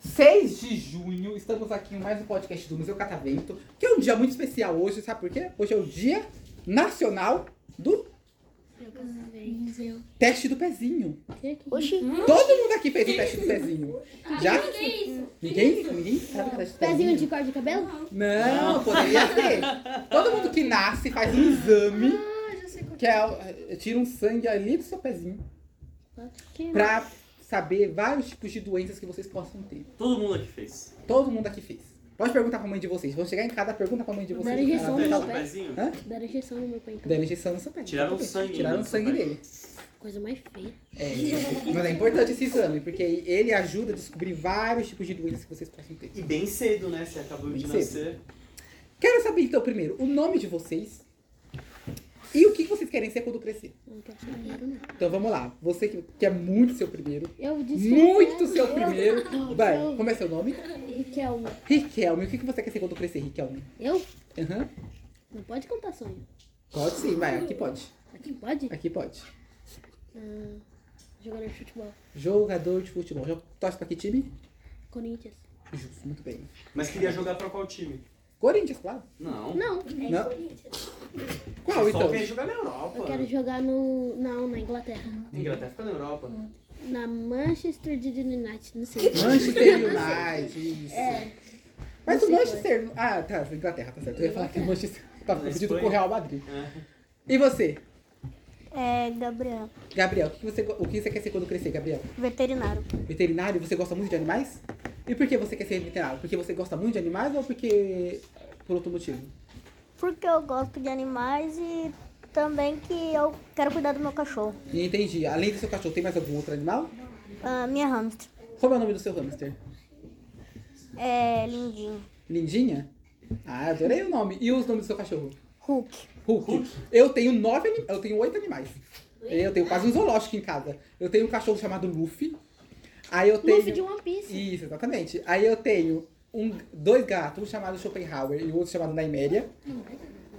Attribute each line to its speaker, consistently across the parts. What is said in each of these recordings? Speaker 1: 6 de junho, estamos aqui em mais um podcast do Museu Catavento, que é um dia muito especial hoje, sabe por quê? Hoje é o Dia Nacional do Teste do Pezinho.
Speaker 2: Oxi.
Speaker 1: Todo mundo aqui fez o teste do pezinho. Já?
Speaker 3: É
Speaker 1: Ninguém, ninguém sabe o teste do
Speaker 2: Pezinho de
Speaker 1: pezinho?
Speaker 2: cor de cabelo?
Speaker 1: Não, poderia ser. Todo mundo que nasce faz um exame,
Speaker 2: Ah,
Speaker 1: que é, o- tira um sangue ali do seu pezinho, pra saber vários tipos de doenças que vocês possam ter.
Speaker 3: Todo mundo aqui fez.
Speaker 1: Todo mundo aqui fez. Pode perguntar pra mãe de vocês. Vão chegar em casa, pergunta pra mãe de vocês.
Speaker 2: Dá
Speaker 1: ela
Speaker 2: injeção
Speaker 1: vai
Speaker 2: no
Speaker 1: falar.
Speaker 2: meu
Speaker 3: pezinho?
Speaker 1: Hã?
Speaker 2: Deram injeção no meu pai, então.
Speaker 1: Deram injeção no seu pé.
Speaker 3: Tiraram
Speaker 1: exatamente.
Speaker 3: sangue
Speaker 1: Tiraram
Speaker 3: do
Speaker 1: o
Speaker 3: seu
Speaker 1: sangue
Speaker 3: pé.
Speaker 1: dele.
Speaker 2: Coisa mais feia.
Speaker 1: É, mas é importante esse exame, porque ele ajuda a descobrir vários tipos de doenças que vocês possam ter.
Speaker 3: E bem cedo, né? Você acabou
Speaker 1: Bem
Speaker 3: de
Speaker 1: cedo.
Speaker 3: nascer.
Speaker 1: Quero saber, então, primeiro, o nome de vocês e o que vocês querem ser quando crescer.
Speaker 2: Eu não quero ser banheiro, não.
Speaker 1: Então, vamos lá. Você que, que é muito seu primeiro.
Speaker 2: Eu um disse
Speaker 1: Muito seu primeiro. Vai,
Speaker 2: Eu-
Speaker 1: como é seu nome?
Speaker 2: Riquelme.
Speaker 1: Riquelme. O que que você quer ser quando crescer, Riquelme?
Speaker 2: é Eu?
Speaker 1: Aham.
Speaker 2: Não pode contar sonho.
Speaker 1: Pode sim, vai. Aqui pode.
Speaker 2: Aqui pode?
Speaker 1: Aqui pode.
Speaker 2: Ah, jogador de futebol.
Speaker 1: Jogador de futebol. Já torce pra que time?
Speaker 2: Corinthians.
Speaker 1: Justo, muito bem.
Speaker 3: Mas queria jogar pra qual time?
Speaker 1: Corinthians, claro.
Speaker 3: Não.
Speaker 2: Não,
Speaker 1: Não? Qual,
Speaker 3: Só
Speaker 1: então?
Speaker 3: queria jogar na Europa.
Speaker 2: eu quero jogar no... Não, na Inglaterra.
Speaker 3: Inglaterra fica na Europa.
Speaker 2: Na Manchester United, não sei.
Speaker 1: Manchester United, isso. Mas o
Speaker 2: Não sei
Speaker 1: Manchester... Ah, tá, Inglaterra, tá certo. Eu ia falar que o Manchester tá
Speaker 3: Na
Speaker 1: confundido
Speaker 3: Espanha.
Speaker 1: com o Real Madrid.
Speaker 3: É.
Speaker 1: E você,
Speaker 4: É, Gabriel,
Speaker 1: Gabriel? O que você, o que você quer ser quando crescer, Gabriel?
Speaker 4: veterinário.
Speaker 1: Veterinário? Você gosta muito de animais? E por que você quer ser veterinário? Porque você gosta muito de animais ou porque... Por outro motivo?
Speaker 4: Porque eu gosto de animais e também que eu quero cuidar do meu cachorro.
Speaker 1: E entendi. Além do seu cachorro, tem mais algum outro animal?
Speaker 4: Ah, minha hamster.
Speaker 1: Como é o nome do seu hamster?
Speaker 4: É lindinho.
Speaker 1: Lindinha? Ah, adorei o nome. E os nomes do seu cachorro?
Speaker 4: Hulk.
Speaker 1: Hulk. Eu tenho nove anim- Eu tenho oito animais. Eu tenho quase um zoológico em casa. Eu tenho um cachorro chamado Luffy. Aí eu tenho.
Speaker 2: Luffy de um One Piece.
Speaker 1: Isso, exatamente. Aí eu tenho um, dois gatos, um chamado Schopenhauer e o outro chamado Naiméria.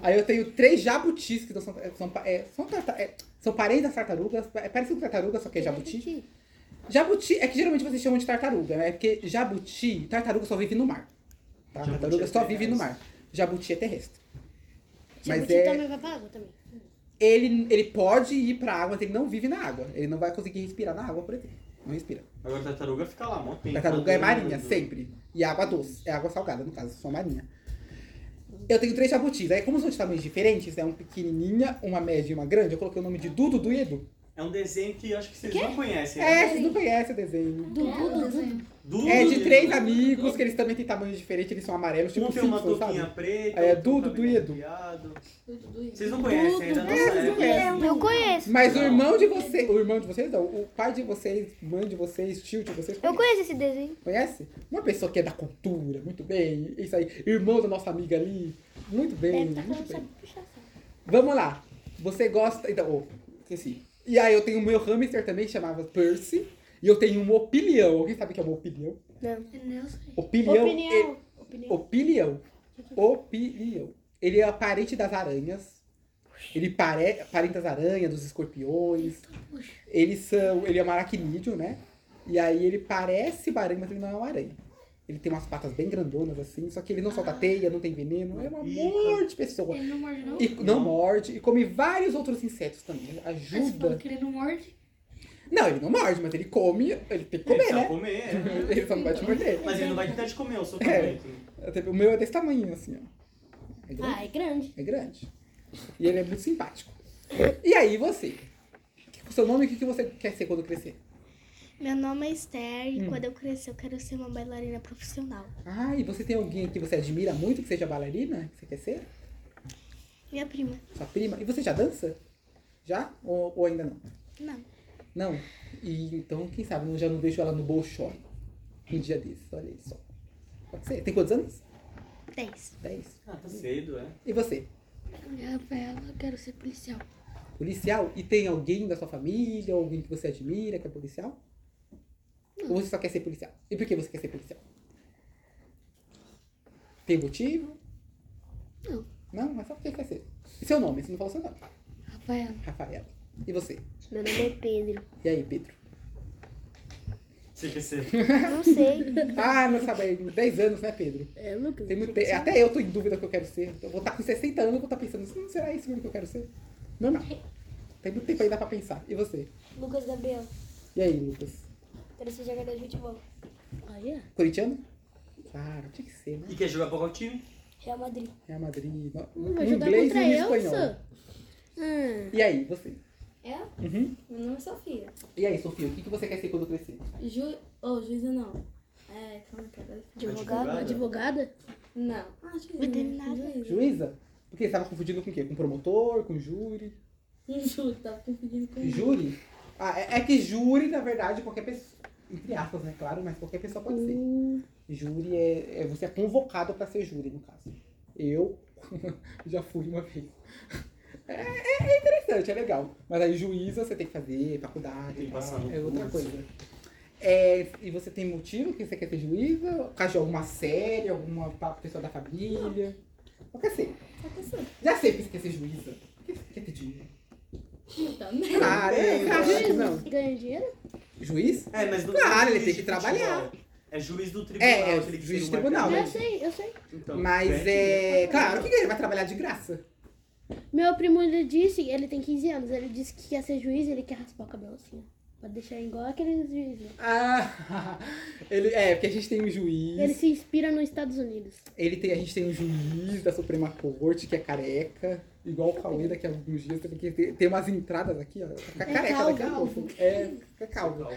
Speaker 1: Aí eu tenho três jabutis, que não são, é, são, pa- é, são, tarta- é, são parentes das tartarugas. É parecido com tartaruga, só que é jabuti. Jabuti é que geralmente vocês chamam de tartaruga, né? Porque jabuti, tartaruga só vive no mar. Tá?
Speaker 3: Jabuti
Speaker 1: Tartaruga
Speaker 3: é
Speaker 1: só vive no
Speaker 3: terrestre.
Speaker 1: mar. Jabuti é terrestre. Mas
Speaker 2: Jabuti
Speaker 1: é-
Speaker 2: também vai pra água também.
Speaker 1: ele, ele pode ir pra água, mas ele não vive na água. Ele não vai conseguir respirar na água, por exemplo. Não respira.
Speaker 3: Agora tartaruga fica lá, mó tempo.
Speaker 1: Tartaruga é marinha,
Speaker 3: Nadando.
Speaker 1: sempre. E água doce. É água salgada, no caso, só marinha. Eu tenho três jabutis. Aí, como são de tamanhos diferentes, né? Uma pequenininha, uma média e uma grande, eu coloquei o nome de Du, Dudu e Edu.
Speaker 3: É um desenho que eu acho que vocês não conhecem. né?
Speaker 1: É, vocês não conhecem o desenho.
Speaker 2: Dudu, Dudu.
Speaker 3: Dudu
Speaker 1: É
Speaker 3: e-
Speaker 1: de três amigos, que eles também têm tamanhos diferentes, eles são amarelos, tipo
Speaker 3: Um tem uma
Speaker 1: Simpsons,
Speaker 3: touquinha
Speaker 1: sabe?
Speaker 3: preta.
Speaker 1: Aí é
Speaker 3: outro tem um
Speaker 1: Dudu,
Speaker 3: cabelo
Speaker 1: Edu.
Speaker 3: arrepiado. Vocês não conhecem ainda, não
Speaker 1: vocês não
Speaker 3: sabe?
Speaker 1: conhecem.
Speaker 4: Eu conheço.
Speaker 1: Mas o
Speaker 3: Não.
Speaker 1: irmão de vocês, o irmão de vocês não, o pai de vocês, mãe de vocês, tio de vocês,
Speaker 4: Eu conheço esse desenho.
Speaker 1: Conhece? Uma pessoa que é da cultura, muito bem. Isso aí, irmão da nossa amiga ali. Muito bem,
Speaker 2: Deve tá
Speaker 1: muito
Speaker 2: falando
Speaker 1: bem.
Speaker 2: sobre puxação.
Speaker 1: Vamos lá. Você gosta. Então, oh, esqueci. E aí eu tenho o meu hamster também, que chamava Percy. E eu tenho um opilião. Alguém sabe o que é um opilião? Opilião.
Speaker 2: Opinião.
Speaker 1: e- Opilião. Opilião. Ele é parente das aranhas. Ele pare... parente das aranhas, dos escorpiões. Eles são. Ele é um aracnídeo, né? E aí ele parece uma aranha, mas ele não é uma aranha. Ele tem umas patas bem grandonas, assim, só que ele não solta teia, não tem veneno, é um amor de pessoa.
Speaker 5: Ele não morde, não?
Speaker 1: E não morde, e come vários outros insetos também. Ele
Speaker 5: Aí você falou
Speaker 1: Ajuda.
Speaker 5: que ele não morde.
Speaker 1: Não, ele não morde, mas ele come, ele tem que
Speaker 3: Ele
Speaker 1: comer,
Speaker 3: precisa
Speaker 1: né?
Speaker 3: comer, é.
Speaker 1: Ele só não vai te morder.
Speaker 3: Mas ele não vai tentar te comer, eu sou
Speaker 1: É.
Speaker 3: também.
Speaker 1: Até- O meu é desse tamanho, assim, ó. É grande.
Speaker 2: Ah, é grande.
Speaker 1: É grande. E ele é muito simpático. E aí, você? O seu nome e o que que você quer ser quando crescer?
Speaker 6: Meu nome é Esther e quando eu crescer eu quero ser uma bailarina profissional.
Speaker 1: Ah, e você tem alguém que você admira muito, que seja bailarina? Que você quer ser?
Speaker 6: Minha prima.
Speaker 1: Sua prima? E você já dança? Já? Ou, ou ainda não?
Speaker 6: Não.
Speaker 1: Não? E então, quem sabe, eu já não vejo ela no Bolshoi. Um dia desses, olha aí só. Pode ser. Tem quantos anos?
Speaker 6: 10.
Speaker 1: Dez.
Speaker 3: Ah, tá cedo, é.
Speaker 1: E você?
Speaker 5: Rafaela, eu quero ser policial.
Speaker 1: Policial? E tem alguém da sua família, ou alguém que você admira que é policial? Ou você só quer ser policial? E por que você quer ser policial? Tem motivo?
Speaker 5: Não.
Speaker 1: Não, mas só porque quer ser. E seu nome? Você não falou seu nome.
Speaker 5: Rafaela.
Speaker 1: Rafaela. E você?
Speaker 2: Meu nome é Pedro.
Speaker 1: E aí, Pedro?
Speaker 3: Você quer ser.
Speaker 4: Não sei.
Speaker 1: Ah, não sabe, 10 anos, né, Pedro?
Speaker 2: É, Lucas.
Speaker 1: Tem muito tempo. Até eu tô em dúvida do que eu quero ser. Eu vou estar com 60 anos e vou estar pensando, "Hum, será isso mesmo que eu quero ser? Normal. Tem muito tempo ainda pra pensar. E você?
Speaker 7: Lucas Gabriel.
Speaker 1: E aí, Lucas?
Speaker 7: Quero ser jogador de futebol.
Speaker 2: Olha.
Speaker 1: Corintiano? Claro, tinha que ser, né?
Speaker 3: E quer jogar pra qual time?
Speaker 7: Real Madrid.
Speaker 1: Real Madrid. no-
Speaker 2: Hum,
Speaker 1: No
Speaker 2: vai jogar
Speaker 1: um inglês e
Speaker 2: contra
Speaker 1: no
Speaker 2: a
Speaker 1: espanhol.
Speaker 2: Elsa? Ah,
Speaker 1: E aí, você?
Speaker 7: É?
Speaker 1: Uhum.
Speaker 7: Meu nome é Sofia.
Speaker 1: E aí, Sofia, o que que você quer ser quando crescer?
Speaker 7: Ju... Oh, juíza não. É, como que é?
Speaker 3: Advogado?
Speaker 2: Ah, advogada?
Speaker 7: Não. Ah, juíza.
Speaker 6: Veterinário.
Speaker 1: Juíza? Porque você tava confundindo com o quê? Com promotor, com júri?
Speaker 7: Ju, tava confundindo com
Speaker 1: Júri? Ah, é, é que júri, na verdade, qualquer pessoa. Entre aspas, né? Claro, mas qualquer pessoa pode ser. Júri é, é você é convocado pra ser júri, no caso. Eu já fui uma vez. É, é- é interessante, é legal. Mas aí juíza você tem que fazer, faculdade,
Speaker 3: Tem que
Speaker 1: e tal,
Speaker 3: passar no
Speaker 1: é outra
Speaker 3: curso.
Speaker 1: coisa. É, e você tem motivo que você quer ser juíza? Por causa de alguma série, alguma pa- pessoa da família? Qualquer ser. Já sei que você quer ser juíza. Por que você quer ter dinheiro? Claro, é, eu acho que não.
Speaker 2: Ganha dinheiro?
Speaker 1: Juiz?
Speaker 3: É, mas não
Speaker 1: Claro, ele
Speaker 3: não é
Speaker 1: tem
Speaker 3: juiz
Speaker 1: que
Speaker 3: de
Speaker 1: trabalhar.
Speaker 3: futebol. É juiz do tribunal.
Speaker 1: É, é
Speaker 3: aquele que
Speaker 1: juiz
Speaker 3: tem
Speaker 1: do
Speaker 3: um
Speaker 1: tribunal.
Speaker 2: Eu
Speaker 1: mas-
Speaker 2: sei, eu sei.
Speaker 3: Então,
Speaker 1: Mas é. Claro, que ele vai trabalhar de graça.
Speaker 2: Meu primo ele disse, ele tem 15 anos, ele disse que quer ser juiz ele quer raspar o cabelo assim, ó. Pra deixar igual aqueles juízes.
Speaker 1: Ah, ele, é, porque a gente tem um juiz.
Speaker 2: Ele se inspira nos Estados Unidos.
Speaker 1: Ele tem, a gente tem um juiz da Suprema Corte que é careca, igual o Cauê daqui a alguns dias, porque tem, tem umas entradas aqui, ó. Fica careca daqui a pouco. É, fica calvo.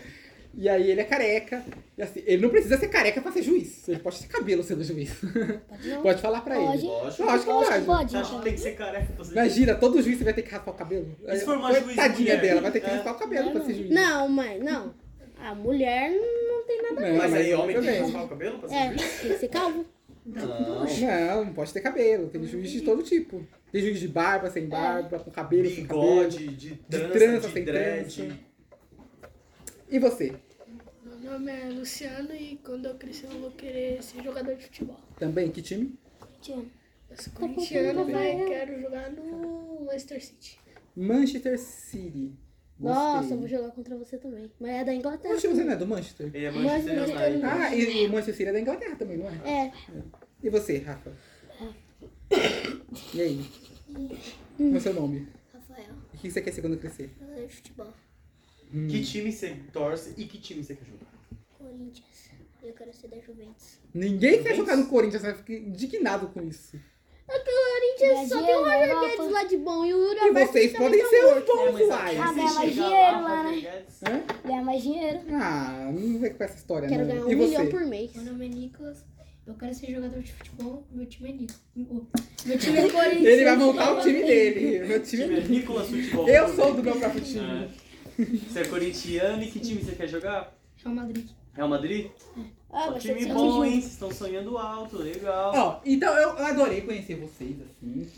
Speaker 1: E aí ele é careca. E assim, ele não precisa ser careca pra ser juiz. Ele pode ter cabelo sendo juiz.
Speaker 2: Pode não?
Speaker 1: pode falar pra
Speaker 3: Pode?
Speaker 1: ele.
Speaker 3: Lógico.
Speaker 1: Lógico que
Speaker 7: Lógico
Speaker 1: pode.
Speaker 7: que pode.
Speaker 3: Você acha que tem que ser careca pra ser
Speaker 1: Imagina, todo juiz você vai ter que raspar o cabelo.
Speaker 3: E se for uma juiz
Speaker 1: Tadinha
Speaker 3: mulher?
Speaker 1: dela, vai ter que
Speaker 3: É.
Speaker 1: raspar o cabelo pra ser juiz.
Speaker 2: então. Não, mãe, não. A mulher não tem nada.
Speaker 1: Não,
Speaker 3: Mas aí homem tem que
Speaker 1: também.
Speaker 3: raspar o cabelo pra ser
Speaker 2: É,
Speaker 3: juiz?
Speaker 2: tem que ser calvo.
Speaker 3: Não.
Speaker 1: Não, não pode ter cabelo. Tem juiz de todo tipo. Tem juiz de barba,
Speaker 2: É.
Speaker 1: sem barba, com cabelo, sem cabelo.
Speaker 3: Bigode, de
Speaker 1: trança,
Speaker 3: trança, de
Speaker 1: sem
Speaker 3: dread.
Speaker 1: trança. E você?
Speaker 5: Meu nome é Luciano e quando eu crescer eu vou querer ser jogador de futebol.
Speaker 1: Também, que time?
Speaker 5: Eu sou corintiano, mas quero jogar no Manchester City.
Speaker 1: Manchester City.
Speaker 2: Nossa, eu vou jogar contra você também. Mas é da Inglaterra.
Speaker 1: Poxa, você não é do Manchester?
Speaker 3: Ele é Manchester United.
Speaker 1: Ah, e o Manchester City é da Inglaterra também, não é?
Speaker 2: É,
Speaker 1: E você, Rafa? E aí?
Speaker 2: Hum.
Speaker 1: Qual é o seu nome?
Speaker 5: Rafael,
Speaker 1: O que você quer ser quando crescer?
Speaker 5: jogador de futebol.
Speaker 3: Que time você torce e que time você quer jogar?
Speaker 5: Corinthians. Eu quero ser da Juventus.
Speaker 1: Ninguém quer jogar no Corinthians, vai ficar indignado com isso.
Speaker 2: Corinthians só tem o Roger Guedes lá de bom e o
Speaker 1: E
Speaker 2: Uribe.
Speaker 1: vocês podem
Speaker 2: um
Speaker 1: ser os bons
Speaker 2: é
Speaker 3: aqui
Speaker 1: usuários.
Speaker 4: Ah,
Speaker 3: se
Speaker 4: ganha mais
Speaker 3: chegar
Speaker 4: dinheiro
Speaker 3: lá,
Speaker 4: lá, né?
Speaker 3: Roger Guedes,
Speaker 1: Hã?
Speaker 4: Ganhar mais dinheiro.
Speaker 1: Ah, não vem com essa história,
Speaker 2: Quero
Speaker 1: não.
Speaker 2: ganhar um
Speaker 1: e você?
Speaker 2: milhão por mês.
Speaker 5: Meu nome é Nicolas. Eu quero ser jogador de futebol. Meu time é Nicolas. Meu time é Corinthians.
Speaker 1: Ele vai montar o time dele. Meu
Speaker 3: O time é
Speaker 1: time...
Speaker 3: Nicolas Futebol.
Speaker 1: Eu sou do meu próprio time.
Speaker 3: É. Você é corintiano e que time você quer jogar?
Speaker 5: Real Madrid.
Speaker 3: Real Madrid?
Speaker 2: Ah,
Speaker 3: Só
Speaker 2: mas
Speaker 3: time
Speaker 2: você-
Speaker 3: bom, hein? Vocês estão sonhando alto, legal.
Speaker 1: Ó, então eu eu adorei conhecer vocês, assim.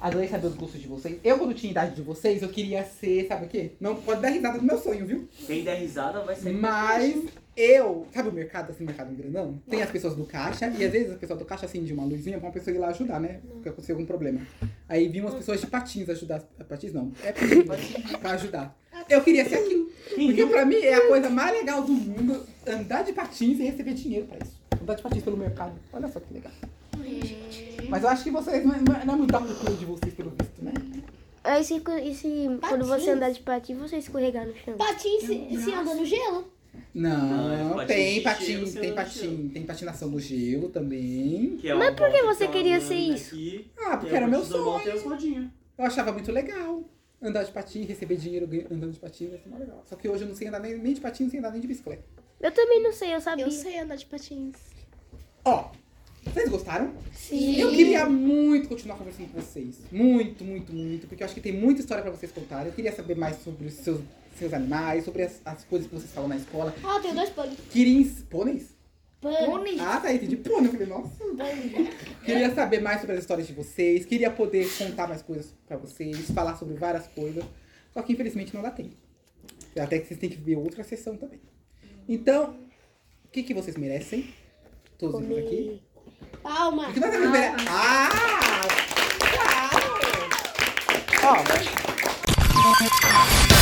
Speaker 1: Adorei saber os gostos de vocês. Eu, quando tinha idade de vocês, eu queria ser, sabe o quê? Não pode dar risada do meu sonho, viu?
Speaker 3: Quem der risada vai sair.
Speaker 1: Mas eu. Sabe o mercado, assim, mercado grandão? Tem as pessoas do caixa, e às vezes as pessoas do caixa acende uma luzinha pra uma pessoa ir lá ajudar, né? Porque aconteceu algum problema. Aí vinham as pessoas de patins ajudar. Patins não, é patins, pra ajudar. Eu queria ser aquilo. Porque pra mim é a coisa mais legal do mundo andar de patins e receber dinheiro pra isso. Andar de patins pelo mercado. Olha só que legal. Mas eu acho que vocês não é, não é muito a cultura de vocês, pelo visto, né?
Speaker 4: Aí se, e se quando você andar de patins, você escorregar no chão.
Speaker 2: Patins se, se anda no gelo.
Speaker 1: Não,
Speaker 3: Não, é patins
Speaker 1: tem
Speaker 3: de gelo,
Speaker 1: patins,
Speaker 3: você
Speaker 1: tem
Speaker 3: anda no
Speaker 1: patins, tem patinação no gelo também.
Speaker 3: Que é
Speaker 4: Mas
Speaker 3: uma
Speaker 4: por que
Speaker 3: bola
Speaker 4: você
Speaker 3: tá
Speaker 4: queria
Speaker 3: andando
Speaker 4: ser isso?
Speaker 3: aqui,
Speaker 1: Ah, porque
Speaker 3: e a
Speaker 1: era meu
Speaker 3: partir do
Speaker 1: sonho.
Speaker 3: mal tem as rodinhas.
Speaker 1: Eu achava muito legal andar de patins, receber dinheiro ganha- andando de patins, ia ser mó legal. Só que hoje eu não sei andar nem, nem de patins, sem andar nem de bicicleta.
Speaker 4: Eu também não sei, eu sabia.
Speaker 6: Eu sei andar de patins.
Speaker 1: Ó, vocês gostaram? Sim. Eu queria muito continuar conversando com vocês. Muito, muito, muito. Porque eu acho que tem muita história pra vocês contarem. Eu queria saber mais sobre os seus, seus animais, sobre as, as coisas que vocês falam na escola.
Speaker 2: Ah, tem dois pôneis.
Speaker 1: Queria. ens- Pôneis?
Speaker 2: Pôneis.
Speaker 1: Ah, tá, entendi. Pô, eu falei, nossa. Queria saber mais sobre as histórias de vocês, queria poder contar mais coisas pra vocês, falar sobre várias coisas. Só que infelizmente não dá tempo. Até que vocês têm que ver outra sessão também. Então, o que, que vocês merecem? Todos nós aqui.
Speaker 2: Palma.
Speaker 1: O que mais é primeira? Ah! Tchau! Ó.